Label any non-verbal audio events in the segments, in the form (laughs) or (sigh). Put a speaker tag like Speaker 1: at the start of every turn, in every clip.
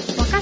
Speaker 1: 阪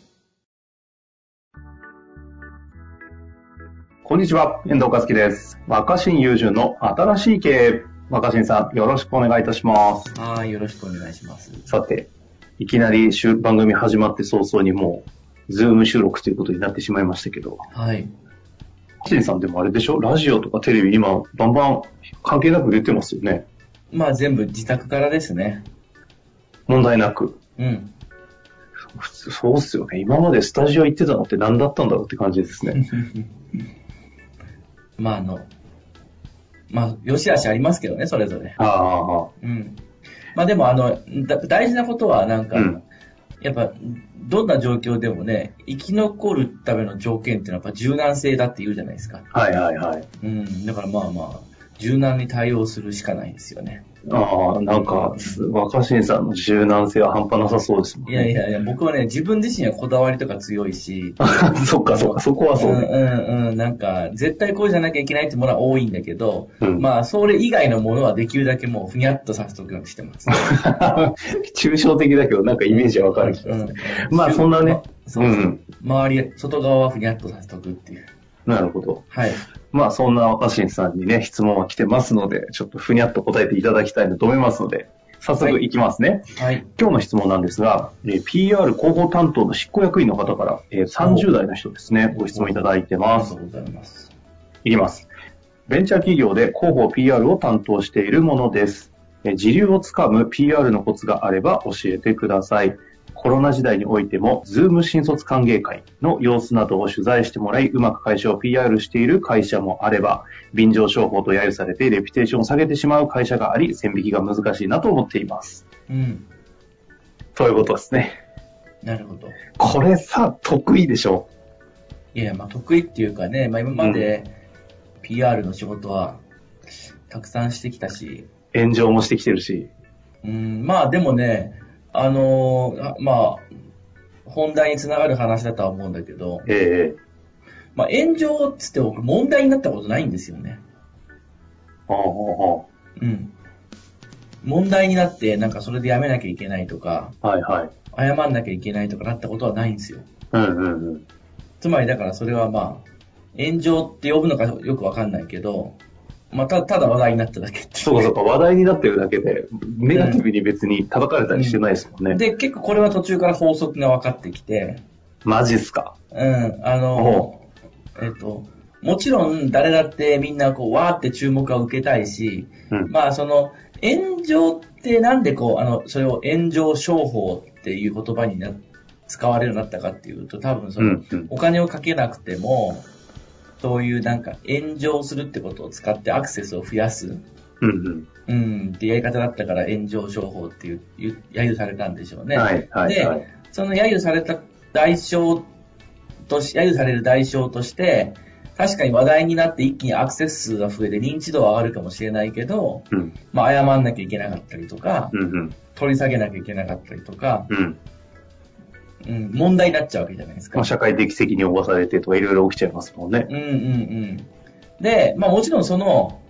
Speaker 2: こんにちは、遠藤和樹です。若新友純の新しい経営。若新さん、よろしくお願いいたします。
Speaker 3: はい、よろしくお願いします。
Speaker 2: さて、いきなり収番組始まって早々にもう、ズーム収録ということになってしまいましたけど、
Speaker 3: はい。
Speaker 2: 若新さんでもあれでしょラジオとかテレビ今、バンバン関係なく出てますよね。
Speaker 3: まあ全部自宅からですね。
Speaker 2: 問題なく。
Speaker 3: うん。 (laughs)
Speaker 2: 普通そうっすよね。今までスタジオ行ってたのって何だったんだろうって感じですね。
Speaker 3: まああの、まあ、良し悪しありますけどね、それぞれ。
Speaker 2: ああ、
Speaker 3: うん。まあでもあの、だ大事なことはなんか、
Speaker 2: うん。
Speaker 3: やっぱ、どんな状況でもね、生き残るための条件っていうのはやっぱ柔軟性だって言うじゃないですか。
Speaker 2: はいはいはい。
Speaker 3: うん。だからまあまあ、柔軟に対応するしかないですよね。
Speaker 2: ああ、なんか、す若新さんの柔軟性は半端なさそうですもん
Speaker 3: い
Speaker 2: ね。
Speaker 3: やいやいや、僕はね、自分自身はこだわりとか強いし、
Speaker 2: あ (laughs) そっかそっか、そこはそうね。
Speaker 3: んうんうん、なんか、絶対こうじゃなきゃいけないってものは多いんだけど、
Speaker 2: うん
Speaker 3: まあ、それ以外のものはできるだけもう、ふにゃっとさせとくようにしてます。
Speaker 2: (laughs) 抽象的だけど、なんかイメージはわかる気がする。
Speaker 3: うん
Speaker 2: まあそんなね。
Speaker 3: そう
Speaker 2: う。
Speaker 3: そうん周り、外側はふにゃっとさせとくっていう。
Speaker 2: なるほど。
Speaker 3: はい。
Speaker 2: まあそんな若新さんにね、質問は来てますので、ちょっとふにゃっと答えていただきたいなと思いますので、早速いきますね。
Speaker 3: はい。
Speaker 2: 今日の質問なんですが、えー PR 広報担当の執行役員の方から、えー30代の人ですね、ご質問いただいて
Speaker 3: あり
Speaker 2: ま
Speaker 3: が
Speaker 2: す
Speaker 3: と。うございます。
Speaker 2: いきます。ベンチャー企業で広報 PR を担当しているものです。え時流をつかむ PR のコツがあれば教えてください。コロナ時代においても、ズーム新卒歓迎会の様子などを取材してもらい、うまく会社を PR している会社もあれば、便乗商法と揶揄されてレピュテーションを下げてしまう会社があり、線引きが難しいなと思っています。
Speaker 3: うん。
Speaker 2: ということですね。
Speaker 3: なるほど。
Speaker 2: これさ、得意でしょ
Speaker 3: いや、まあ、得意っていうかね、まあ、今まで PR の仕事は、たくさんしてきたし、
Speaker 2: 炎上もしてきてるし。
Speaker 3: うん、まあでもね、あのーあまあ、本題につながる話だとは思うんだけど、
Speaker 2: ええ
Speaker 3: まあ炎上っつって僕問題になったことないんですよね。
Speaker 2: ああああ
Speaker 3: うん。問題になって、なんかそれでやめなきゃいけないとか、
Speaker 2: ああはいはい。
Speaker 3: 謝んなきゃいけないとかなったことはないんですよ。
Speaker 2: うんうんうん。
Speaker 3: つまりだからそれはまあ、炎上って呼ぶのかよくわかんないけど、まあたただ話題になっただけってい
Speaker 2: そうかそうか、話題になってるだけで、ネガティブに別に叩かれたりしてないですもんね。
Speaker 3: で、結構これは途中から法則が分かってきて、
Speaker 2: マジっすか。
Speaker 3: うん、あの、えっと、もちろん誰だってみんなこう、わーって注目は受けたいし、
Speaker 2: うん。
Speaker 3: まあその、炎上ってなんでこう、あの、それを炎上商法っていう言葉にな、使われるようになったかっていうと、多分そうの、
Speaker 2: ん、うん。
Speaker 3: お金をかけなくても、そういうなんか炎上するってことを使ってアクセスを増やす、
Speaker 2: うん、
Speaker 3: うん、ってやり方だったから炎上商法っていう、ゆ揶揄されたんでしょう
Speaker 2: うん。
Speaker 3: ね。
Speaker 2: はい、はい、はい。
Speaker 3: その揶揄された代償とし、揶揄される代償として、確かに話題になって一気にアクセス数が増えて認知度は上がるかもしれないけど、
Speaker 2: うん、
Speaker 3: まあ謝んなきゃいけなかったりとか、
Speaker 2: うん、うん、
Speaker 3: 取り下げなきゃいけなかったりとか、
Speaker 2: うん。
Speaker 3: うん、問題になっちゃうわけじゃないです
Speaker 2: ま
Speaker 3: か
Speaker 2: あ、。社会的責任を負わされてとか、いろいろ起きちゃいますもんね。、
Speaker 3: うんうんうん。で、まあもちろんその、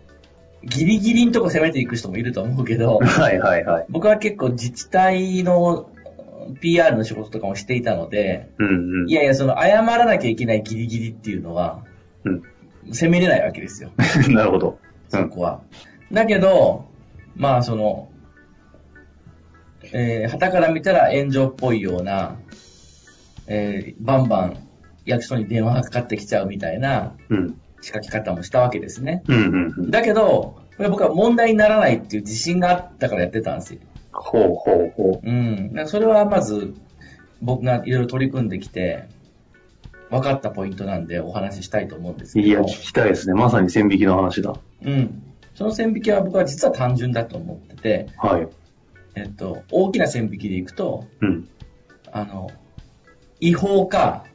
Speaker 3: ギリギリのとこ攻めていく人もいると思うけど
Speaker 2: はい、はい、はい。
Speaker 3: 僕は結構自治体の PR の仕事とかもしていたので、
Speaker 2: うん、うん
Speaker 3: い。やいや、その謝らなきゃいけないギリギリっていうのは、
Speaker 2: うん (laughs)
Speaker 3: 責めれないわけですよ、
Speaker 2: なるほど。う
Speaker 3: そ
Speaker 2: ん。
Speaker 3: こは。だけど、まあその、えー、旗から見たら炎上っぽいような、えー、バンバン役所に電話がかかってきちゃうみたいな
Speaker 2: うん、
Speaker 3: 仕掛け方もしたわけですね。
Speaker 2: うん、うんうん。
Speaker 3: だけど、これ僕は問題にならないっていう自信があったからやってたんですよ。
Speaker 2: ほうほうほ
Speaker 3: うん。だからそれはまず、僕がいろいろ取り組んできて、分かったポイントなんでお話ししたいと思うんです
Speaker 2: う。
Speaker 3: けど。
Speaker 2: いや、聞きたいですね。まさに線引きの話だ。
Speaker 3: うん。その線引きは僕は実は単純だと思ってて、
Speaker 2: はい。
Speaker 3: えっと、大きな線引きでいくと、
Speaker 2: うん。
Speaker 3: あの、違法か、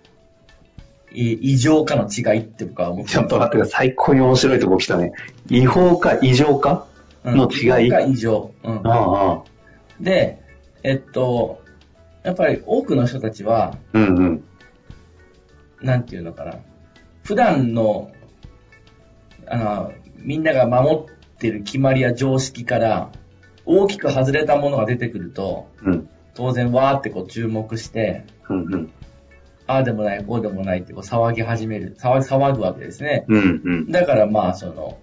Speaker 3: い異常かの違いって僕は思って
Speaker 2: ちょっと待ってください。最高に面白いとこ来たね。違法か異常か
Speaker 3: うん
Speaker 2: (laughs) の違い
Speaker 3: が異常。うん
Speaker 2: あ。あ、ああ
Speaker 3: で、えっと、やっぱり多くの人たちは、
Speaker 2: うんうん。
Speaker 3: なんていうのかな。普段の、あの、みんなが守ってる決まりや常識から、大きく外れたものが出てくると、
Speaker 2: うん。
Speaker 3: 当然わーってこう注目して、
Speaker 2: うんうん。
Speaker 3: ああでもない、こうでもないってこう騒ぎ始める。騒ぎ、騒ぐわけですね。
Speaker 2: うんうん。
Speaker 3: だからまあ、その、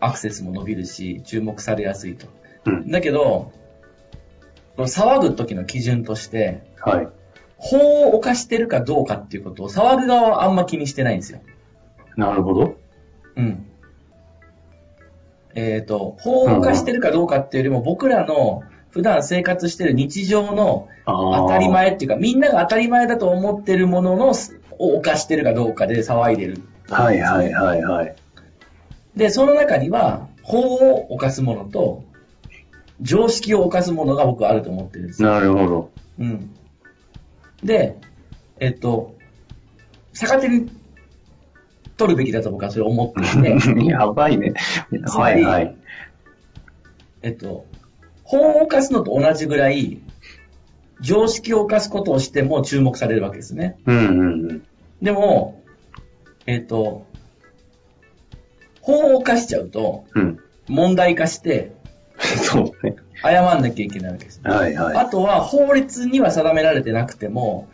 Speaker 3: アクセスも伸びるし、注目されやすいと。
Speaker 2: うん。
Speaker 3: だけど、この騒ぐ時の基準として、
Speaker 2: はい。
Speaker 3: 法を犯してるかどうかっていうことを、騒ぐ側はあんま気にしてないんですよ。
Speaker 2: なるほど。
Speaker 3: うん。えっ、と、法を犯してるかどうかっていうよりも、僕らの普段生活してる日常の
Speaker 2: ああ。
Speaker 3: 当たり。前っていうか、みんなが当たり前だと思ってるものの、すを犯してるかどうかで騒いでる。
Speaker 2: はいはいはいはい。
Speaker 3: で、その中には、法を犯すものと、常識を犯すものが僕はあると思ってるんですよ。
Speaker 2: なるほど。
Speaker 3: うん。で、えっと、逆手に取るべきだと僕はそれを思っていて、
Speaker 2: (laughs) やばいね。
Speaker 3: つま
Speaker 2: は
Speaker 3: り
Speaker 2: いはい。
Speaker 3: えっと、法を犯すのと同じぐらい、常識を犯すことをしても注目されるわけですね。
Speaker 2: うんうんうん。
Speaker 3: でも、えっと、法を犯しちゃうと、
Speaker 2: うん。
Speaker 3: 問題化して、
Speaker 2: そうね。
Speaker 3: 謝んなきゃいけないわけです。
Speaker 2: はいは
Speaker 3: あとは、法律には定められてなくても、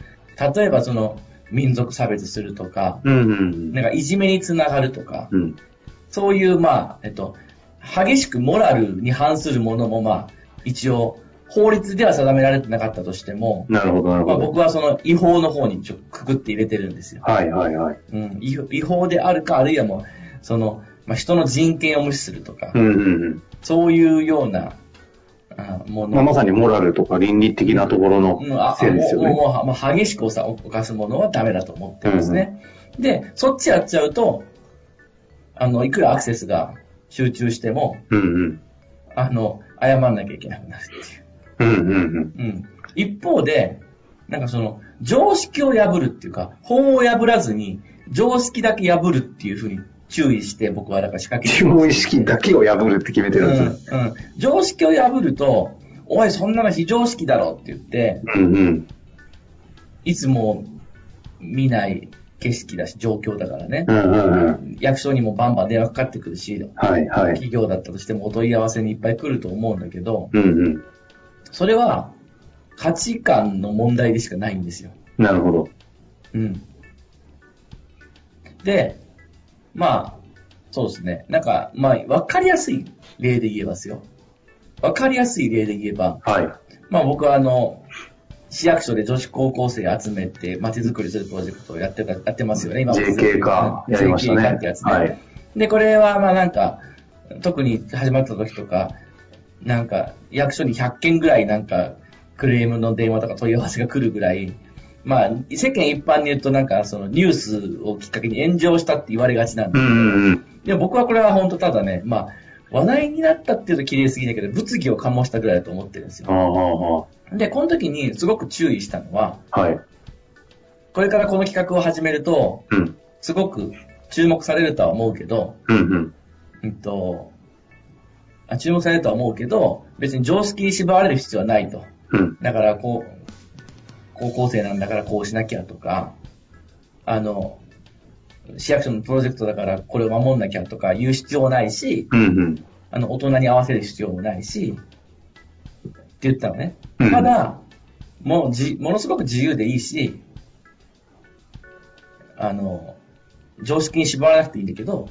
Speaker 3: 例えばその、民族差別するとか、
Speaker 2: い。うんうん
Speaker 3: なんかいじめにつながるとか、
Speaker 2: うん。うん。
Speaker 3: そういう、まあ、えっと、激しくモラルに反するものも、まあ、一応、法律では定められてなかったとしても、
Speaker 2: なるほどなる
Speaker 3: まあ、
Speaker 2: ほど。
Speaker 3: 僕はその違法の方にちょくくって入れてるんですよ。
Speaker 2: はいはいはい。
Speaker 3: うん、違違法であるか、あるいはもう、その、まあ、人の人権を無視するとか
Speaker 2: う、んうんうん。
Speaker 3: そういうような、あも
Speaker 2: まあ、
Speaker 3: の、
Speaker 2: まさにモラルとか倫理的なところの
Speaker 3: うん、あ
Speaker 2: せいですよ
Speaker 3: もう
Speaker 2: ね。
Speaker 3: もうもうまあ激しくさ犯すものはダメだと思ってるんですね。で、そっちやっちゃうと、あの、いくらアクセスが集中しても、
Speaker 2: うんうん。
Speaker 3: あの、謝んなきゃいけなくなるっ
Speaker 2: うんうんうん。
Speaker 3: ていう。うん。一方で、なんかその、常識を破るっていうか、法を破らずに、常識だけ破るっていうふうに注意して、僕はだから仕掛け
Speaker 2: 自
Speaker 3: て
Speaker 2: 分意識だけを破るって決めてるんですね。
Speaker 3: うん、うん。常識を破ると、おい、そんなの非常識だろって言って、
Speaker 2: うんうん。
Speaker 3: いつも見ない景色だし、状況だからね
Speaker 2: う。んうんうん。
Speaker 3: 役所にもバンバン電話かかってくるし、
Speaker 2: はいはい。
Speaker 3: 企業だったとしてもお問い合わせにいっぱい来ると思うんだけど、
Speaker 2: うんうん。
Speaker 3: それは価値観の問題でしかないんですよ。
Speaker 2: なるほど。
Speaker 3: うん。で、まあ、そうですね。なんか、まあ、わかりやすい例で言えますよ。わかりやすい例で言えば、
Speaker 2: はい。
Speaker 3: まあ僕はあの、市役所で女子高校生集めて街づくりするプロジェクトをやってた、やってますよね、今
Speaker 2: JK か。やりましたね
Speaker 3: JK かってや。つね。
Speaker 2: はい。
Speaker 3: で、これはまあなんか、特に始まった時とか、なんか役所に100件ぐらいなんかクレームの電話とか問い合わせが来るぐらい、まあ世間一般に言うとなんかそのニュースをきっかけに炎上したって言われがちなん
Speaker 2: う
Speaker 3: で、
Speaker 2: んうんうん。
Speaker 3: で僕はこれは本当ただね、まあ話題になったっていうと綺麗すぎだけど、物議を醸したぐらいだと思ってるんですよ
Speaker 2: あ。ああ
Speaker 3: で、この時にすごく注意したのは、
Speaker 2: あ。はい。
Speaker 3: これからこの企画を始めると、
Speaker 2: うん。
Speaker 3: すごく注目されるとは思うけど、
Speaker 2: うんうん。
Speaker 3: うんと、あ注目されるとは思うけど、別に常識に縛られる必要はないと。
Speaker 2: うん。
Speaker 3: だから、こう、高校生なんだからこうしなきゃとか、あの、市役所のプロジェクトだからこれを守んなきゃとか言う必要ないし、
Speaker 2: うんうん。
Speaker 3: あの、大人に合わせる必要もないし、って言ったのね。
Speaker 2: うん
Speaker 3: ただ、もうじ、ものすごく自由でいいし、あの、常識に縛らなくていいんだけど、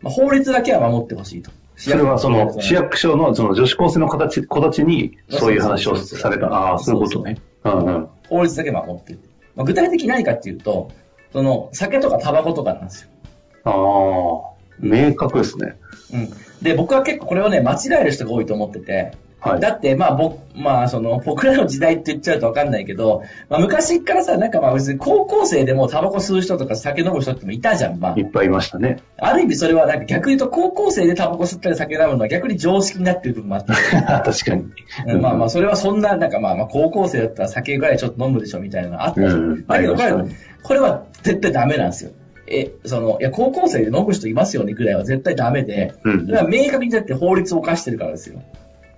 Speaker 3: まあ、法律だけは守ってほしいと。
Speaker 2: それはその、市役所のその女子高生の子たち、子たちに、そういう話をされた。ああ、そういうことね。うんうん。
Speaker 3: 法律だけ守ってる。まあ、具体的に何かっていうと、その、酒とかタバコとかなんですよ。
Speaker 2: ああ、明確ですね。
Speaker 3: うん。で、僕は結構これをね、間違える人が多いと思ってて、
Speaker 2: はい
Speaker 3: だって、まあ、僕、まあ、その、僕らの時代って言っちゃうとわかんないけど、まあ、昔からさ、なんかまあ、別に高校生でもタバコ吸う人とか酒飲む人ってもいたじゃん、まあ
Speaker 2: い。っぱいいましたね。 (laughs)
Speaker 3: ある意味それは、なんか逆に言うと、高校生でタバコ吸ったり酒飲むのは逆に常識になってる部分もあって。
Speaker 2: 確かに。
Speaker 3: うんまあまあ、
Speaker 2: あ、
Speaker 3: それはそんな、なんかまあまあ、高校生だったら酒ぐらいちょっと飲むでしょみたいなのがあったじゃん
Speaker 2: うん
Speaker 3: だけどこ
Speaker 2: ありま
Speaker 3: れ
Speaker 2: し、
Speaker 3: これは絶対ダメなんですよ。え、その、いや、高校生で飲む人いますよねぐらいは絶対ダメで、
Speaker 2: うん
Speaker 3: それは明確にだって法律を犯してるからですよ。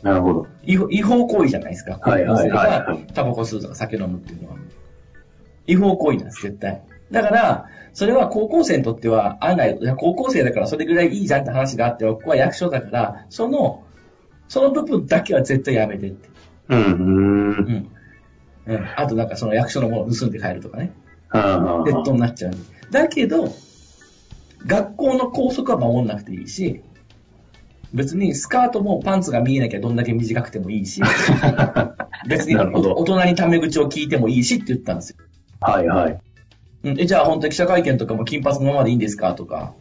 Speaker 2: なるほど。
Speaker 3: 違法違法行為じゃないですか。高校
Speaker 2: はいは
Speaker 3: 生
Speaker 2: いはいはい
Speaker 3: がタバコ吸うとか酒飲むっていうのは。違法行為なんです、絶対。だから、それは高校生にとっては、案外、いや高校生だからそれぐらいいいじゃんって話があって、僕は役所だから、その、その部分だけは絶対やめてって。
Speaker 2: うん、う。
Speaker 3: うんん。うん。あとなんかその役所のものを盗んで帰るとかね。
Speaker 2: あ
Speaker 3: ネットになっちゃうんで。だけど、学校の校則は守んなくていいし、別にスカートもパンツが見えなきゃどんだけ短くてもい
Speaker 2: (laughs)
Speaker 3: いし、別に
Speaker 2: なるほど
Speaker 3: 大人にタメ口を聞いてもいいしって言ったんですよ。
Speaker 2: あ、はいはい。
Speaker 3: うん、えじゃあ本当に記者会見とかも金髪のままでいいんですかとか。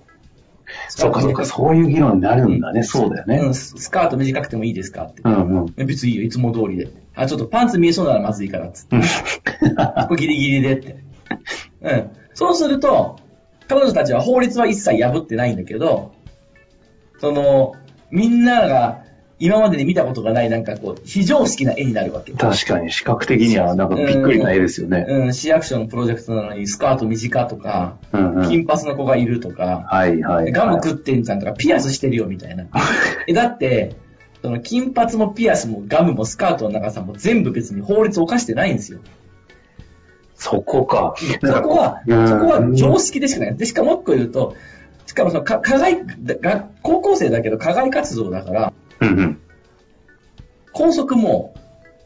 Speaker 2: そうかそうか、そういう議論になるんだね。そうだよ
Speaker 3: う
Speaker 2: ね
Speaker 3: ん。ススカート短くてもいいですかって
Speaker 2: う。んうん。
Speaker 3: え別にいいよ、いつも通りで。あ、ちょっとパンツ見えそうならまずいからっつって
Speaker 2: うん
Speaker 3: これギリギリでって。うん。そうすると、彼女たちは法律は一切破ってないんだけど、その、みんなが今までに見たことがないなんかこう、非常識な絵になるわけ。
Speaker 2: 確かに、視覚的にはなんかびっくりな絵ですよね。
Speaker 3: うん、市役所のプロジェクトなのにスカート短とか、
Speaker 2: うんうん。
Speaker 3: 金髪の子がいるとか、
Speaker 2: はいはい。
Speaker 3: ガム食ってんじゃんとか、ピアスしてるよみたいな。え、だって、その金髪もピアスもガムもスカートの長さも全部別に法律を犯してないんですよ。
Speaker 2: そこか。
Speaker 3: そこは、そ
Speaker 2: う
Speaker 3: こ
Speaker 2: ん
Speaker 3: は常識でしかない。で、しかもう一個言うと、しかもその、か、課外、が高校生だけど課外活動だから、
Speaker 2: うんうん。
Speaker 3: 校則も、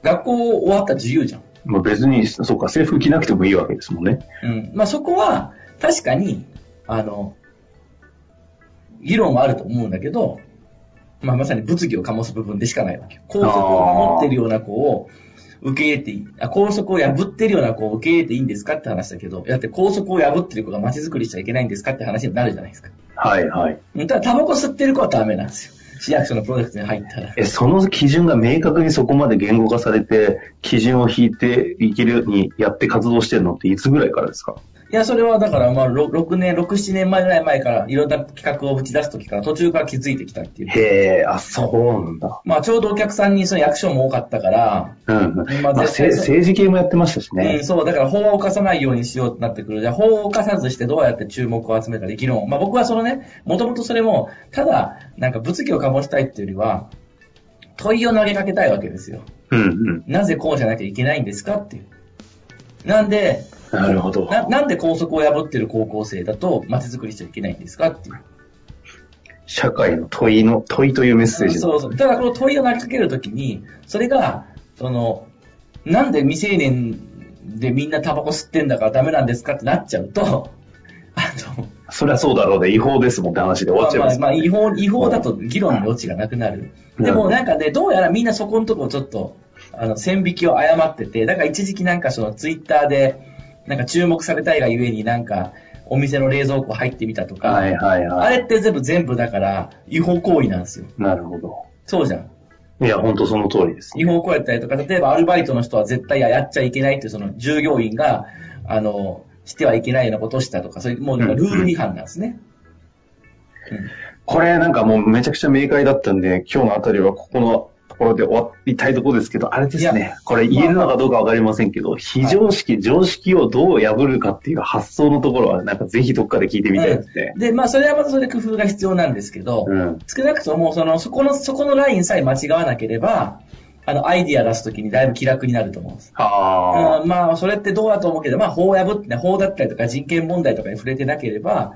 Speaker 3: 学校終わったら自由じゃん。
Speaker 2: まあ、別に、そうか、制服着なくてもいいわけですもんね。
Speaker 3: うん。まあ、そこは、確かに、あの、議論はあると思うんだけど、まあ、まさに物議を醸す部分でしかないわけ。校則を守ってるような子を受け入れていい、あ、校則を破ってるような子を受け入れていいんですかって話だけど、だって校則を破ってる子が街づくりしちゃいけないんですかって話になるじゃないですか。
Speaker 2: はいはい。
Speaker 3: うんただ、タバコ吸ってる子はダメなんですよ。市役所のプロジェクトに入ったら。
Speaker 2: え、その基準が明確にそこまで言語化されて、基準を引いていけるようにやって活動してるのっていつぐらいからですか
Speaker 3: いや、それはだから、まあ、ろ6年、6、7年前ぐらい前から、いろんな企画を打ち出すときから、途中から気づいてきたっていう。
Speaker 2: へえ、あ、そうなんだ。
Speaker 3: まあ、ちょうどお客さんにその役所も多かったから、
Speaker 2: うん。
Speaker 3: まあ
Speaker 2: まあ、
Speaker 3: 絶
Speaker 2: せ
Speaker 3: 対そう
Speaker 2: 政治系もやってましたし
Speaker 3: う
Speaker 2: ね
Speaker 3: ん、。そう、だから法は犯さないようにしようってなってくる。じゃあ法を犯さずしてどうやって注目を集めたり、議論を。まあ僕はそのね、もともとそれも、ただ、なんか物議を醸したいっていうよりは、問いを投げかけたいわけですよ。
Speaker 2: うんうん。
Speaker 3: なぜこうじゃなきゃいけないんですかっていう。なんで、
Speaker 2: なるほど。
Speaker 3: ななんで校則を破ってる高校生だと街づくりしちゃいけないんですかっていう。
Speaker 2: 社会の問いの、問いというメッセージの。
Speaker 3: そうそう。ただこの問いを投げかけるときに、それが、その、なんで未成年でみんなタバコ吸ってんだからダメなんですかってなっちゃうと、 (laughs) あの、
Speaker 2: そりゃそうだろうで、違法ですもんって話で終わっちゃいま
Speaker 3: まあまあ
Speaker 2: す。
Speaker 3: まあ違法、違法だと議論の余地がなくなる。
Speaker 2: うん
Speaker 3: でもなんかね、どうやらみんなそこのとこちょっと、あの、線引きを誤ってて、だから一時期なんかそのツイッターで、なんか注目されたいがゆえになんか、お店の冷蔵庫入ってみたとか、
Speaker 2: はいはい
Speaker 3: あ
Speaker 2: は
Speaker 3: れ
Speaker 2: い。
Speaker 3: って全部全部だから、違法行為なんですよ。
Speaker 2: なるほど。
Speaker 3: そうじゃん。
Speaker 2: いや、本当その通りですね。
Speaker 3: 違法行為だったりとか、例えばアルバイトの人は絶対やっちゃいけないっていう、その従業員が、あの、してはいけないようなことをしたとか、そういう、もうなんかルール違反なんですね。
Speaker 2: これなんかもうめちゃくちゃ明快だったんで、今日のあたりはここのところで終わりたいところですけど、あれです
Speaker 3: いや
Speaker 2: ね、これ言えるのかどうかわかりませんけど、非常識、常識をどう破るかっていう発想のところは、なんかぜひどっかで聞いてみたいですね
Speaker 3: うん。で、まあ、それはまたそれで工夫が必要なんですけど、
Speaker 2: うん。
Speaker 3: 少なくとも、その、そこの、そこのラインさえ間違わなければ、あの、アイディア出すときにだいぶ気楽になると思うんです。
Speaker 2: あ
Speaker 3: うんまあ、それってどうだと思うけど、まあ、法を破ってね、法だったりとか人権問題とかに触れてなければ、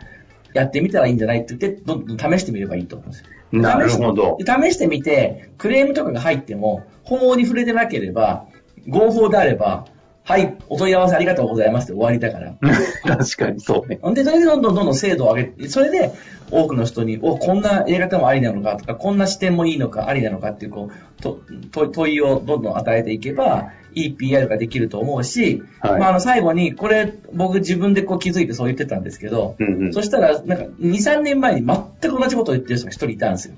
Speaker 3: やってみたらいいんじゃないって言って、どんどん試してみればいいと思うんですよ。
Speaker 2: あ、なるほど
Speaker 3: 試。して試してみて、クレームとかが入っても、法に触れてなければ、合法であれば、はい、お問い合わせありがとうございますって終わりだから。
Speaker 2: (laughs) 確かにそうね。
Speaker 3: ほんで、それでどんどんどんどん精度を上げて、それで多くの人に、お、こんなやり方もありなのかとか、こんな視点もいいのか、ありなのかっていう、こう、と問問いをどんどん与えていけば、いい PR ができると思うし、
Speaker 2: はい
Speaker 3: まあ、あの、最後に、これ、僕自分でこう気づいてそう言ってたんですけど、
Speaker 2: うんうん
Speaker 3: そしたら、なんか、2、3年前に全く同じことを言ってる人が一人いたんですよ。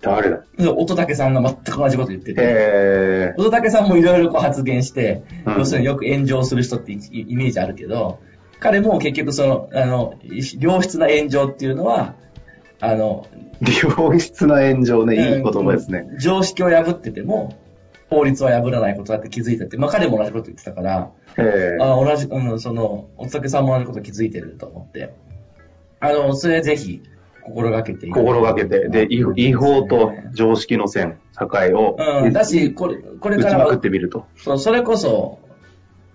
Speaker 2: 誰だ
Speaker 3: 乙武さんが全く同じこと言ってて、
Speaker 2: え
Speaker 3: 乙武さんもいろいろこう発言して、
Speaker 2: うん
Speaker 3: 要するによく炎上する人っていイメージあるけど、彼も結局その、あの、良質な炎上っていうのは、あの、
Speaker 2: ー、良質な炎上ね、いい言葉ですね。
Speaker 3: うん常識を破ってても、法律を破らないことだって気づいたって、まあ彼も同じこと言ってたから、
Speaker 2: えー
Speaker 3: あ同じ、うん、その、おたけさんも同じこと気づいてると思って、あの、それぜひ、心がけていただきたい
Speaker 2: 心がけて、で、違違法と常識の線、境を、
Speaker 3: うん、だし、これ、これ
Speaker 2: 打ち
Speaker 3: から
Speaker 2: ま
Speaker 3: は
Speaker 2: くってみると。
Speaker 3: そうそれこそ、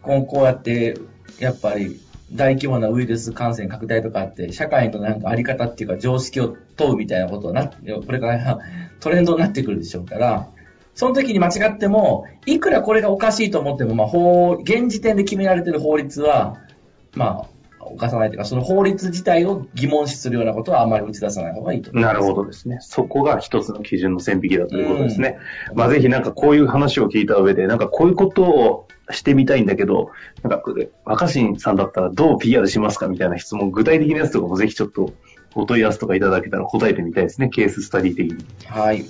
Speaker 3: こうこうやって、やっぱり、大規模なウイルス感染拡大とかあって、社会のなんかあり方っていうか常識を問うみたいなことはな、これからトレンドになってくるでしょうから、その時に間違っても、いくらこれがおかしいと思っても、まあ、法、現時点で決められてる法律は、まあ、犯さないというか、その法律自体を疑問視するようなことはあまり打ち出さない方がいいと思いま
Speaker 2: な
Speaker 3: す。
Speaker 2: るほどですね。そこが一つの基準の線引きだということですね。まあぜひなんかこういう話を聞いた上で、なんかこういうことをしてみたいんだけど、なんか若新さんだったらどう PR しますかみたいな質問、具体的なやつとかもぜひちょっとお問い合わせとかいただけたら答えてみたいですね。ケーススタディ的に。
Speaker 3: はい。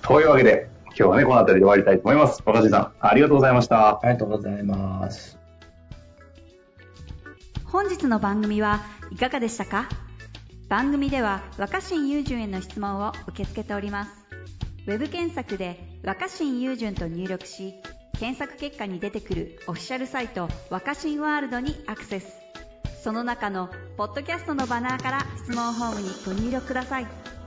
Speaker 2: というわけで、今日はね、この辺りで終わりたいと思います。若新さん、ありがとうございました。
Speaker 3: ありがとうございます。
Speaker 1: 本日の番組はいかがでしたか番組では若新雄純への質問を受け付けておりますウェブ検索で「若新雄純」と入力し検索結果に出てくるオフィシャルサイト「若新ワールド」にアクセスその中の「ポッドキャスト」のバナーから質問フォームにご入力ください